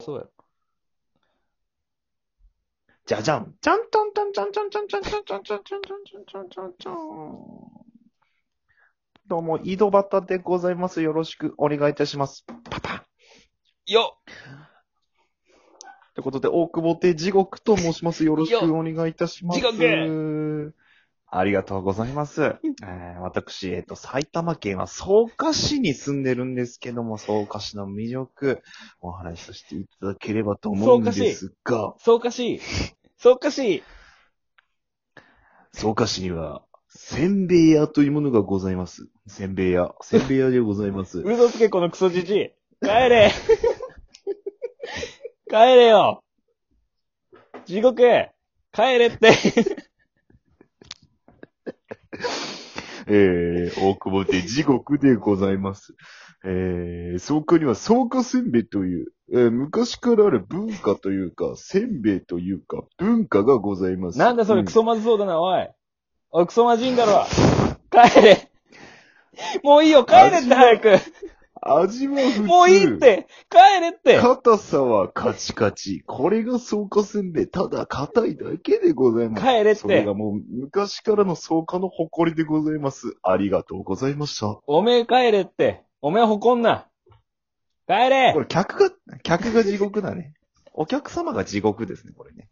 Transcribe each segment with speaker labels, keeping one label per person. Speaker 1: そうやろ。
Speaker 2: じゃじゃん。じゃんとんとんちゃんちゃんちゃんちゃんちゃんちゃんちゃんちゃんちゃんちゃんちゃんちゃんちゃん。どうも、井戸端でございます。よろしくお願いいたします。パパ。
Speaker 1: よ
Speaker 2: ということで、大久保手地獄と申します。よろしくお願いいたします。
Speaker 1: 地獄
Speaker 2: ありがとうございます。えー私、えっ、と、埼玉県は草加市に住んでるんですけども、草加市の魅力、お話しさせていただければと思うんですが、
Speaker 1: そうかしい。そうかしい。
Speaker 2: 草加市には、せんべい屋というものがございます。せんべい屋。せんべい屋でござい ます。
Speaker 1: 嘘つけ、このクソじじい。帰れ。 帰れよ。地獄。帰れって。
Speaker 2: えー、大久保で地獄でございます。えー、草加には草加せんべいという、えー昔からある文化というか、せんべいというか、文化がございます。
Speaker 1: なんだそれ、
Speaker 2: う
Speaker 1: クソまずそうだな、おい。おい、クソまじいんだろ。帰れ。もういいよ、帰れって早く。
Speaker 2: 味は普通。
Speaker 1: もういいっ。て。帰れって。
Speaker 2: 硬さはカチカチ。これが草加せんべい。ただ硬いだけでございます。
Speaker 1: 帰れっ
Speaker 2: それ
Speaker 1: て
Speaker 2: が。もう昔からの草加の誇りでございます。ありがとうございました。
Speaker 1: おめえ帰れって。おめえ誇んな。帰れ
Speaker 2: こ。れ客が、客が地獄だね。お客様が地獄ですね、これね。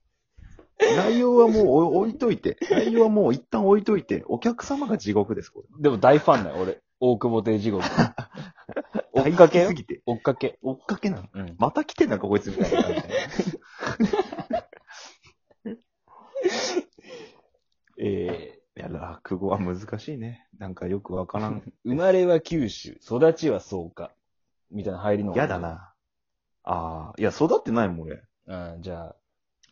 Speaker 2: 内容はもうお 置いといて、内容はもう一旦置いといて、お客様が地獄です、こ
Speaker 1: でも大ファンだよ、俺。大久保亭地獄。
Speaker 2: れ。
Speaker 1: 追っかけ
Speaker 2: 大
Speaker 1: よ
Speaker 2: 好きすぎて。
Speaker 1: 追っかけ。
Speaker 2: 追っかけなの。
Speaker 1: うん。
Speaker 2: また来てんな、ここいつみたいな感じだよね。
Speaker 1: えー、
Speaker 2: いや、落語は難しいね。なんかよくわから ん。
Speaker 1: 生まれは九州、育ちは草加。みたいな入りの。
Speaker 2: 嫌だ。な。ああ、いや、育ってないもん、俺。
Speaker 1: うん、じゃ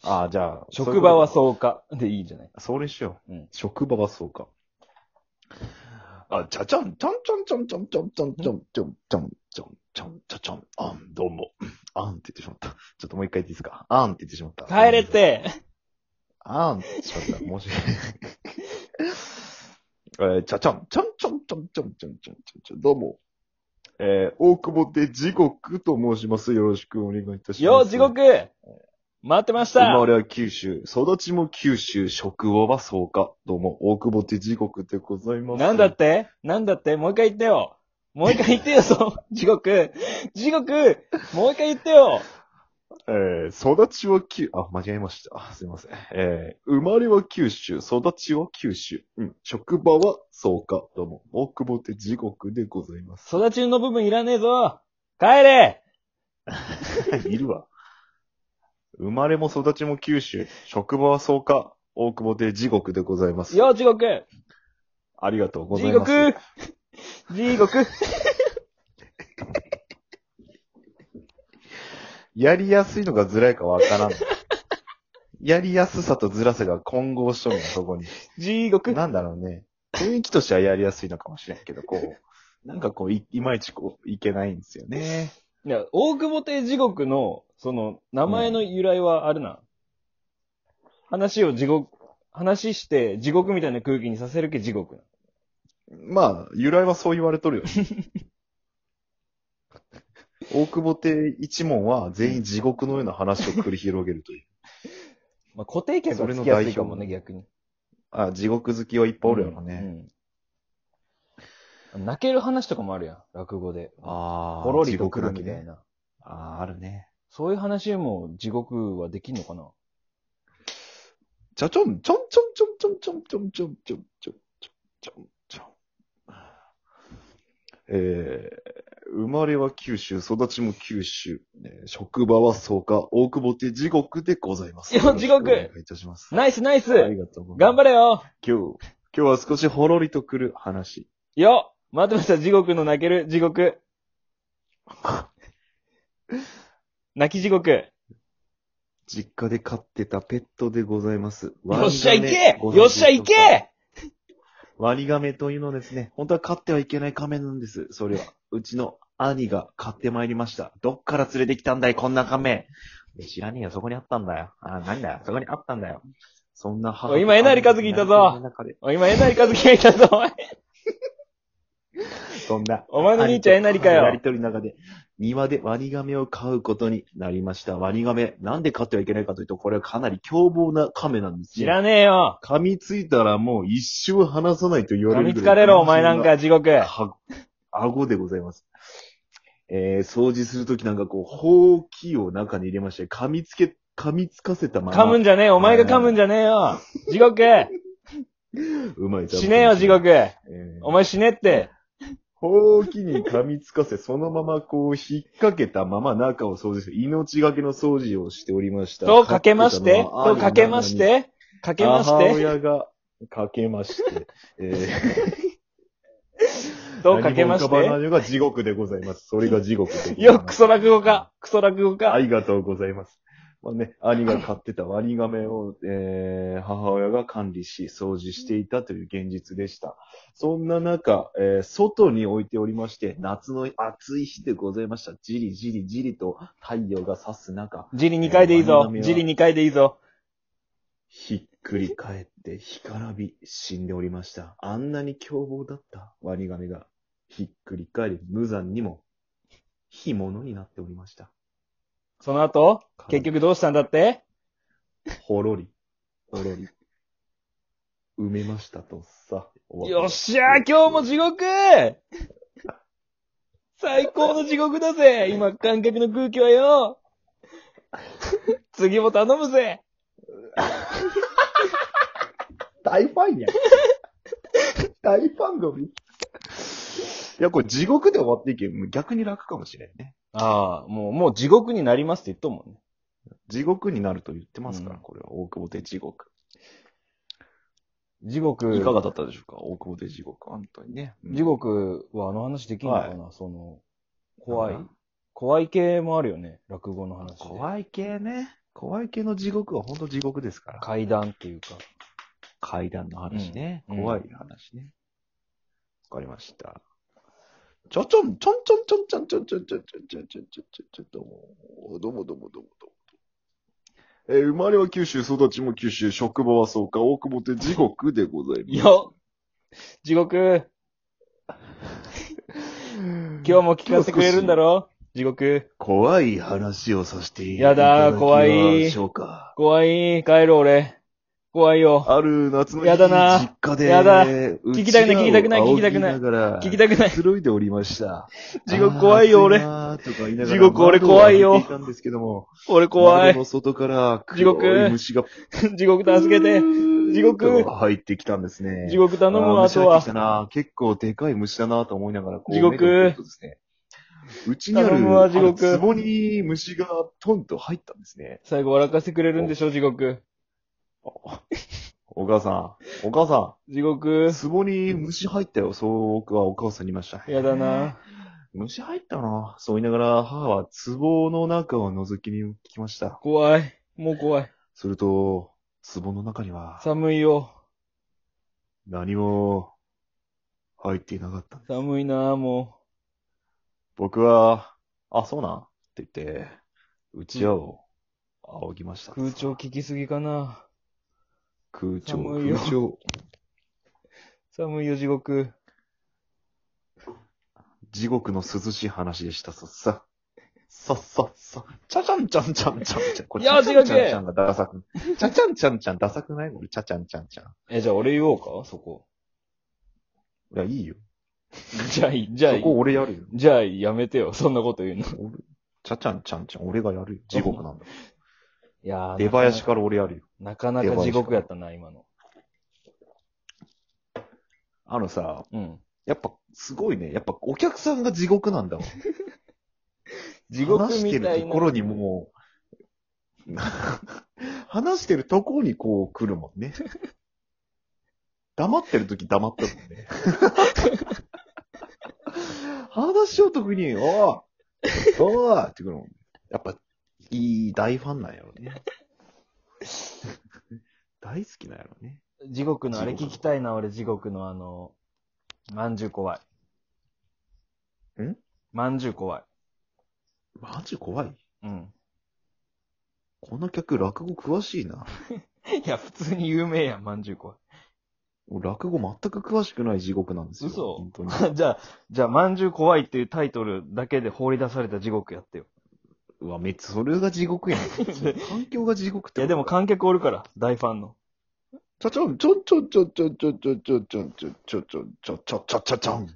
Speaker 1: あ、
Speaker 2: ああ、じゃあ。
Speaker 1: 職場は
Speaker 2: う。
Speaker 1: 草加 でいいんじゃない
Speaker 2: それしよう。
Speaker 1: うん
Speaker 2: 職場はそうか。あ、ちゃちゃん、ちゃんちゃんちゃんちゃんちゃんちゃんちゃんちゃんちゃんちゃんちゃんちゃちゃん、あん、どうも。あんって言ってしまった。ちょっともう一回言っていいですか。あんって言ってしまった。
Speaker 1: 帰れっ。て
Speaker 2: あんって言ってしまった。申し訳ない。えー、ちゃちゃん、ちゃんちゃんちゃんちゃんちゃんちゃんちゃんちゃん、どうも。えー、大久保で地獄と申します。よろしくお願いいたします。
Speaker 1: よう、地獄待ってまし
Speaker 2: 生ま
Speaker 1: た
Speaker 2: れは九州、育ちも九州、食をはそうか。どうも、大久保手地獄でございます。
Speaker 1: なんだってなんだってもう一回言ってよもう一回言ってよ、そう地獄地獄もう一回言ってよ
Speaker 2: えー、育ちは九、あ、間違えました。すいません。えー、生まれは九州、育ちは九州。うん、職場はそうか。どうも、大久保手地獄でござい ます。
Speaker 1: 育ちの部分いらねえぞ帰れ
Speaker 2: いるわ。生まれも育ちも九州、職場はそうか。大久保手地獄でございます。
Speaker 1: よう、地獄
Speaker 2: ありがとうござ
Speaker 1: 地
Speaker 2: います。
Speaker 1: 獄地獄
Speaker 2: やりやすいのかずらいかわからん。やりやすさとずらさが混合しとるの、そこに。
Speaker 1: 地獄
Speaker 2: なんだろうね。雰囲気としてはやりやすいのかもしれんけど、こう、なんかこう、いいまいちこう、いけないんですよね。
Speaker 1: いや、大久保亭地獄の、その、名前の由来はあれな。話を地獄、話して地獄みたいな空気にさせるけ地獄な。
Speaker 2: まあ、由来はそう言われとるよね。 大久保亭一門は全員地獄のような話を繰り広げるという。
Speaker 1: まあ、固定客
Speaker 2: そ
Speaker 1: は
Speaker 2: れの
Speaker 1: 付き
Speaker 2: 代
Speaker 1: や
Speaker 2: 表
Speaker 1: すいかもね、逆に。
Speaker 2: あ、地獄好きはいっぱいおるやろね。
Speaker 1: ね、うん泣ける話とかもあるやん、落語で。
Speaker 2: ああ、
Speaker 1: ほろりと来る
Speaker 2: 地
Speaker 1: み
Speaker 2: 獄
Speaker 1: た
Speaker 2: だね。
Speaker 1: いな。
Speaker 2: ああ、あるね。
Speaker 1: そういう話も地獄はできんのかな
Speaker 2: ちゃちょん、ちょんちょんちょんちょんちょんちょんちょんちょんちょんちょんちょん。えー、生まれは九州、育ちも九州、えー職場は草加、大久保手地獄でございます。
Speaker 1: いや地獄
Speaker 2: よろしくお願いいたします。
Speaker 1: ナイスナイス
Speaker 2: ありがとうござい
Speaker 1: 頑
Speaker 2: ま
Speaker 1: 張れよ
Speaker 2: す。今日、今日は少しほろりとくる話。
Speaker 1: よ待ってました、地獄の泣ける 地獄。泣き地獄。
Speaker 2: 実家で飼ってたペットでございます。
Speaker 1: よっしゃ
Speaker 2: ワ
Speaker 1: い
Speaker 2: ニガ
Speaker 1: け
Speaker 2: メご存知
Speaker 1: よっしゃい
Speaker 2: でょうか
Speaker 1: け
Speaker 2: ワニガメというのはですね、本当は飼ってはいけない亀なんです。それは、うちの兄が飼ってまいりました。どっから連れてきたんだい、こんな亀。知らねえよ、そこにあったんだよ。あ、なんだよ、そこにあったんだよ。そんな母
Speaker 1: おい今えなりかずきいたぞ
Speaker 2: の中で
Speaker 1: おい今、えなりかずきがいたぞ、おい
Speaker 2: そんな。
Speaker 1: お前の兄ちゃんえなりか
Speaker 2: やり
Speaker 1: よ。
Speaker 2: とりの中で、庭でワニガメを飼うことになりました。ワニガメ、なんで飼ってはいけないかというと、これはかなり凶暴なカメなんです
Speaker 1: 知
Speaker 2: よ。
Speaker 1: らねえよ。
Speaker 2: 噛みついたらもう一生離さないと言わ
Speaker 1: 噛
Speaker 2: れる
Speaker 1: み
Speaker 2: ぐ
Speaker 1: つ
Speaker 2: らい。
Speaker 1: かれろ、お前なんか地獄。
Speaker 2: は。顎でございます。えー、掃除するときなんかこう、ほうきを中に入れまして、噛みつけ、噛みつかせたまま。
Speaker 1: 噛むんじゃねえ、お前が噛むんじゃねえよ。地獄。
Speaker 2: うまい
Speaker 1: 死ねえよ、地。獄。
Speaker 2: えー
Speaker 1: お前死ねって。
Speaker 2: ほうきに噛みつかせ、そのままこう、引っ掛けたまま中を掃除する。命がけの掃除をしておりました。
Speaker 1: とかけまして、
Speaker 2: 飼ってたのは
Speaker 1: とかけまし。て、かけまし
Speaker 2: 母
Speaker 1: て、
Speaker 2: 親が、 かけまして。えー、
Speaker 1: とかけま
Speaker 2: 何も浮
Speaker 1: し
Speaker 2: かば
Speaker 1: て。
Speaker 2: ないのが地獄でございます。それが地獄でございます。
Speaker 1: よ、クソ落語か。クソ落 語
Speaker 2: あ
Speaker 1: か。
Speaker 2: りがとうございます。まあね、兄が飼ってたワニガメを、えー、母親が管理し、掃除していたという現実でした。そんな中、えー、外に置いておりまして、夏の暑い日でございました。じりじりじりと太陽が差す中、
Speaker 1: ジリ2回でいい
Speaker 2: え
Speaker 1: ぞ
Speaker 2: ー。前髪は
Speaker 1: ジリ2回でいいぞ。
Speaker 2: ひっくり返って、干からび、死んでおりました。あんなに凶暴だったワニガメが、ひっくり返り、無残にも、干物になっておりました。
Speaker 1: その後、結局どうしたんだって
Speaker 2: ほろり、ほろり、埋めましたとさ。終わた
Speaker 1: よっしゃー今日も地獄最高の地獄だぜ今、観客の空気はよ 次も頼むぜ
Speaker 2: 大フ ァンやん。大ファン組。いや、これ地獄で終わっていけば逆に楽かもしれんね。
Speaker 1: ああ、もう、もう地獄になりますって言ったもんね。
Speaker 2: 地獄になると言ってますから、
Speaker 1: うん
Speaker 2: これは。大久保で地獄。
Speaker 1: 地獄、
Speaker 2: いかがだったでしょうか大久保で地獄。本当にね。うん
Speaker 1: 地。獄はあの話できんのかな、その、怖い
Speaker 2: なんだ。
Speaker 1: 怖い系もあるよね、落語の話で。
Speaker 2: 怖い系ね。怖い系の地獄は本当地獄ですから。
Speaker 1: 階段っていうか。
Speaker 2: 階段の話ね。
Speaker 1: うん
Speaker 2: 怖い話ね。わ、かりました。ちょちょん、ちょんちょんちょんちょんちょんちょんちょんちょんちょんちょんちょんちょんちょんどうも、どうもどうもどうもどうも。えー生まれは九州、育ちも九州、職場はそうか、大久保って地獄でございます。
Speaker 1: よ地獄、今日も聞かせてくれるんだろ地獄。
Speaker 2: 怖い話をさせてい
Speaker 1: やだー怖い
Speaker 2: でしょうか。
Speaker 1: 怖い、帰る俺。怖いよ。
Speaker 2: ある夏の日
Speaker 1: やだな
Speaker 2: 実家で、
Speaker 1: やだ
Speaker 2: 聞
Speaker 1: きたくない聞きたくない聞きたくない聞きた くない
Speaker 2: くろいでおりました。
Speaker 1: 地獄怖いよ俺
Speaker 2: あー暑いなーとか言いながら
Speaker 1: 地獄俺怖いよ
Speaker 2: 窓を開けていたんですけども
Speaker 1: 俺怖
Speaker 2: 窓
Speaker 1: い。
Speaker 2: の外から黒い
Speaker 1: 地獄
Speaker 2: 虫が、
Speaker 1: 地獄助けて。地獄
Speaker 2: 入ってきたんですね。
Speaker 1: 地獄頼むわ、
Speaker 2: ー
Speaker 1: あ
Speaker 2: 虫
Speaker 1: と
Speaker 2: 入って
Speaker 1: は
Speaker 2: き。たな。結構でかい虫だなと思いながら、こう
Speaker 1: 地獄
Speaker 2: 目がくるとですねうちにある、
Speaker 1: 頼むわ地獄
Speaker 2: ある壺に虫がトンと入ったんですね。
Speaker 1: 最後笑かしてくれるんでしょ、地獄。
Speaker 2: お母さん、お母さ
Speaker 1: 地獄。
Speaker 2: ん、壺に虫入ったよ。そう僕はお母さんに言いました。
Speaker 1: やだな。
Speaker 2: 虫入ったな。そう言いながら、母は壺の中を覗きに来ました。
Speaker 1: 怖い。もう怖い。
Speaker 2: すると、壺の中には、
Speaker 1: 寒いよ。
Speaker 2: 何も、入っていなかった。
Speaker 1: 寒いな、も
Speaker 2: 僕は、あ、そうなんって言って、うちわを、仰ぎまし
Speaker 1: う。
Speaker 2: た。
Speaker 1: 空調効きすぎかな。
Speaker 2: 空調、
Speaker 1: 寒いよ
Speaker 2: 空調。
Speaker 1: 寒いよ、地獄。
Speaker 2: 地獄の涼しい話でした、そっさ。そっそっそ。ちゃちゃんちゃんちゃんちゃんちゃん。これ、
Speaker 1: い
Speaker 2: ち
Speaker 1: や
Speaker 2: ゃちゃん
Speaker 1: 地獄
Speaker 2: ちゃんちゃんがダサく。ちゃちゃんちゃんちゃんダサくない俺、ちゃちゃんちゃんちゃん。
Speaker 1: え、じゃあ俺言おうか、そこ。
Speaker 2: いや、いいよ。
Speaker 1: じゃあいい、じゃあ
Speaker 2: そ
Speaker 1: いい。
Speaker 2: こ俺やるよ。
Speaker 1: じゃあやめてよ、そんなこと言うの。い
Speaker 2: 俺ちゃちゃんちゃんちゃん、俺がやるよ。地獄なんだ。
Speaker 1: やー
Speaker 2: 出囃子から俺やるよ。
Speaker 1: なかなか地獄やったな、今の。
Speaker 2: あのさ、
Speaker 1: うん。
Speaker 2: やっぱ、すごいね。やっぱ、お客さんが地獄なんだわ。
Speaker 1: 地獄
Speaker 2: 話して
Speaker 1: み
Speaker 2: る
Speaker 1: たい
Speaker 2: と
Speaker 1: な。
Speaker 2: ころにもう、 話してるところにこう来るもんね。黙ってるとき黙ってるもんね。 話しようときに、おいおいって来るもん、ね。やっぱ、いい大ファンなんやろね。 大好きなんやろね。
Speaker 1: 地獄のあれ聞きたいな、俺、地獄のあの、まんじゅう怖い。
Speaker 2: ん
Speaker 1: まんじゅう怖い。
Speaker 2: マジ怖い
Speaker 1: うん。
Speaker 2: この客落語詳しいな。
Speaker 1: いや、普通に有名やん、まんじゅう怖い。
Speaker 2: 俺落語全く詳しくない地獄なんですよ。
Speaker 1: 嘘
Speaker 2: 本当に。
Speaker 1: じゃあ、じゃあ、まんじゅう怖いっていうタイトルだけで放り出された地獄やってよ。
Speaker 2: うわ、めっちゃ、それが地獄やん。環境が地獄って。
Speaker 1: いや、でも、観客おるから、大ファンの。
Speaker 2: ちょちょん、ちょんちょんちょんちょんちょんちょんちょんちょんちょんちょんちょんちょんちょんちょんちょんちょん。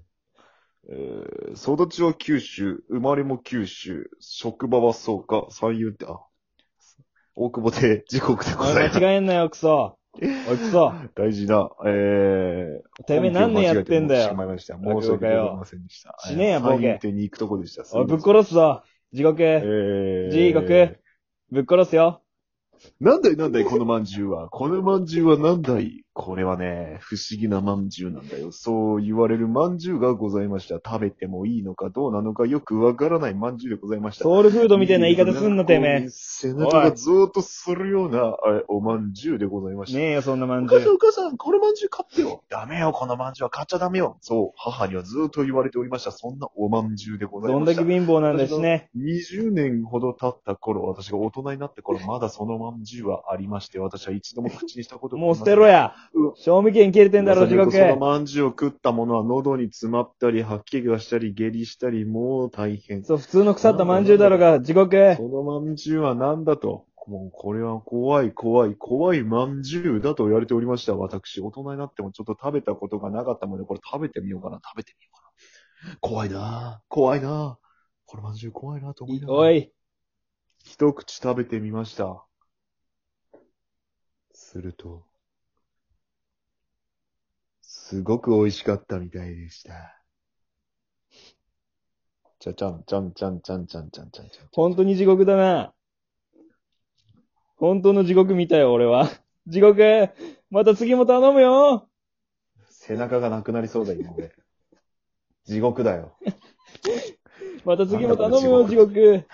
Speaker 2: えー、育ちは九州、生まれも九州、職場はそうか、三遊亭、あ、大久保で時刻でご
Speaker 1: お
Speaker 2: ざい
Speaker 1: い
Speaker 2: ます。
Speaker 1: 間違えんなよ、クソ。おい、ク ソ。
Speaker 2: 大事な、えー、
Speaker 1: てめえ何年やってんだ
Speaker 2: 本気を間違えてしまい
Speaker 1: よ。
Speaker 2: ました。申し訳ございませんでした。
Speaker 1: しねえよボケ
Speaker 2: 三遊亭に行くとこでした。すい
Speaker 1: おい、
Speaker 2: ませ
Speaker 1: ぶ
Speaker 2: ん
Speaker 1: っ殺すぞ。地
Speaker 2: え
Speaker 1: 獄。
Speaker 2: ー、
Speaker 1: 地獄。ぶっ殺すよ。
Speaker 2: なんだいなんだいこのまんじゅうは。このまんじゅうはなんだいこれはね、不思議なまんじゅうなんだよ。そう言われるまんじゅうがございました。食べてもいいのかどうなのかよくわからないまんじゅうでございました。
Speaker 1: ソウルフードみたいな 言い方すんな、てめえ。
Speaker 2: 背中がゾーッとするようなえおまんじゅうでございました。
Speaker 1: ねえよ、そんなま
Speaker 2: お
Speaker 1: んじゅ
Speaker 2: 母さん、
Speaker 1: う。
Speaker 2: お母さん、このまんじゅう買ってよ。ダメよ、このまんじゅうは買っちゃダメよ。そう、母にはずっと言われておりました。そんなおまんじゅうでござい
Speaker 1: どん
Speaker 2: ま
Speaker 1: だ
Speaker 2: し
Speaker 1: け
Speaker 2: た。
Speaker 1: 貧乏なんだし ね。
Speaker 2: 20年ほど経った頃、私が大人になった 頃、まだそのまんじゅうはありまして、私は一度も口にしたことが
Speaker 1: もう捨てろ。や
Speaker 2: う。
Speaker 1: 賞味期限切れてんだろ、地獄。
Speaker 2: そのまんじゅうを食ったものは喉に詰まったり、吐き気がしたり、下痢したり、もう大変。そ
Speaker 1: そう、普通の腐ったまんじゅうだろうが、地 獄。
Speaker 2: のまんじゅうは何だと。もうこれは怖い怖い怖いまんじゅうだと言われておりました。私、大人になってもちょっと食べたことがなかったので、これ食べてみようかな、食べてみようかな。怖いなぁ怖いなぁこのまんじゅう怖いなと思いながら。
Speaker 1: おい、
Speaker 2: 一口食べてみました。すると、すごく美味しかったみたいでした。ちゃちゃん、ちゃんちゃんちゃんちゃんちゃんちゃんちゃん。
Speaker 1: 本当に地獄だな。本当の地獄見たよ、俺は。地獄、また次も頼むよ。
Speaker 2: 背中がなくなりそうだ、今俺。地獄だよ。
Speaker 1: また次も頼む
Speaker 2: な
Speaker 1: よ、
Speaker 2: んだこ
Speaker 1: 地
Speaker 2: れ
Speaker 1: 獄。